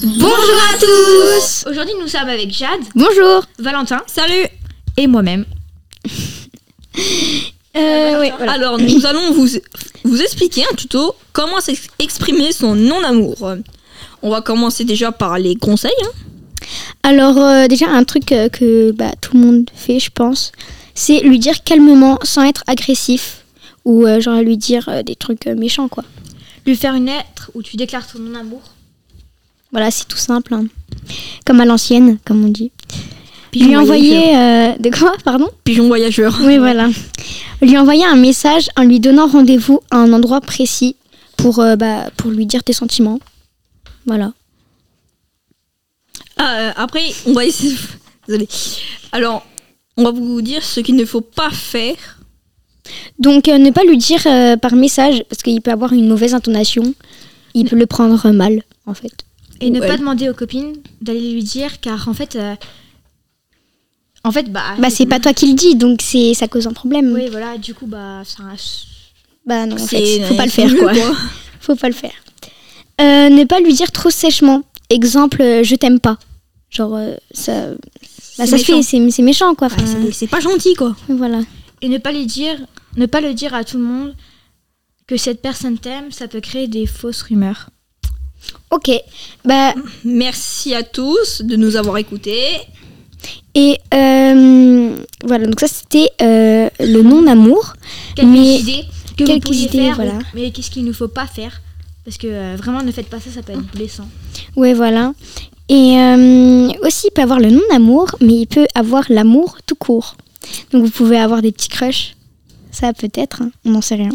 Bonjour à tous Aujourd'hui, nous sommes avec Jade, Bonjour Valentin Salut et moi-même. euh, oui, voilà. Alors, nous allons vous, vous expliquer un tuto comment s'ex- exprimer son non-amour. On va commencer déjà par les conseils. hein. Alors euh, déjà un truc euh, que bah, tout le monde fait je pense, c'est lui dire calmement sans être agressif ou euh, genre lui dire euh, des trucs euh, méchants quoi. Lui faire une lettre où tu déclares ton non-amour. Voilà c'est tout simple, hein. comme à l'ancienne comme on dit. Pigeon lui voyageur. envoyer euh, de quoi pardon Pigeon voyageur. Oui voilà. Lui envoyer un message en lui donnant rendez-vous à un endroit précis pour euh, bah, pour lui dire tes sentiments. Voilà. Ah, euh, après, on va essayer. Désolé. Alors, on va vous dire ce qu'il ne faut pas faire. Donc euh, ne pas lui dire euh, par message parce qu'il peut avoir une mauvaise intonation, il peut le prendre euh, mal en fait. Et ne Ouais. pas demander aux copines d'aller lui dire, car en fait. euh, en fait, bah. Ah, Bah c'est pas toi qui le dis donc c'est ça cause un problème. Oui, voilà, du coup, bah. ça- Bah non en fait, C'est- faut pas le c'est faire nul, quoi. Faut pas le faire. Euh, ne pas lui dire trop sèchement. Exemple euh, je t'aime pas. Genre euh, ça bah, C'est ça se fait méchant. c'est c'est méchant quoi. Enfin, C'est c'est pas gentil, quoi. c'est- Voilà. Et ne pas lui dire. Ne pas le dire à tout le monde que cette personne t'aime, ça peut créer des fausses rumeurs. OK. Bah Merci à tous de nous avoir écoutés. et euh, voilà donc ça c'était euh, le non-amour. Quelques Mais- idées que vous quelques pourriez idées, faire, voilà. ou- mais qu'est-ce qu'il ne faut pas faire Parce que euh, vraiment, ne faites pas ça, ça peut être Oh. blessant. Ouais, voilà. Et euh, aussi, il peut avoir le non-amour, mais il peut avoir l'amour tout court. Donc, vous pouvez avoir des petits crushs. Ça, peut-être, hein, on n'en sait rien.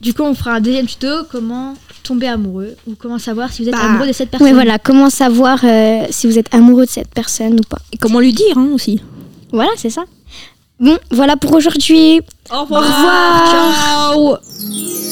Du coup, on fera un deuxième tuto comment tomber amoureux ou comment savoir si vous êtes Bah, amoureux de cette personne. Oui, voilà, comment savoir euh, si vous êtes amoureux de cette personne ou pas. Et comment lui dire hein, aussi. Voilà, c'est ça. Bon, voilà pour aujourd'hui. Au revoir. Au revoir. Ciao.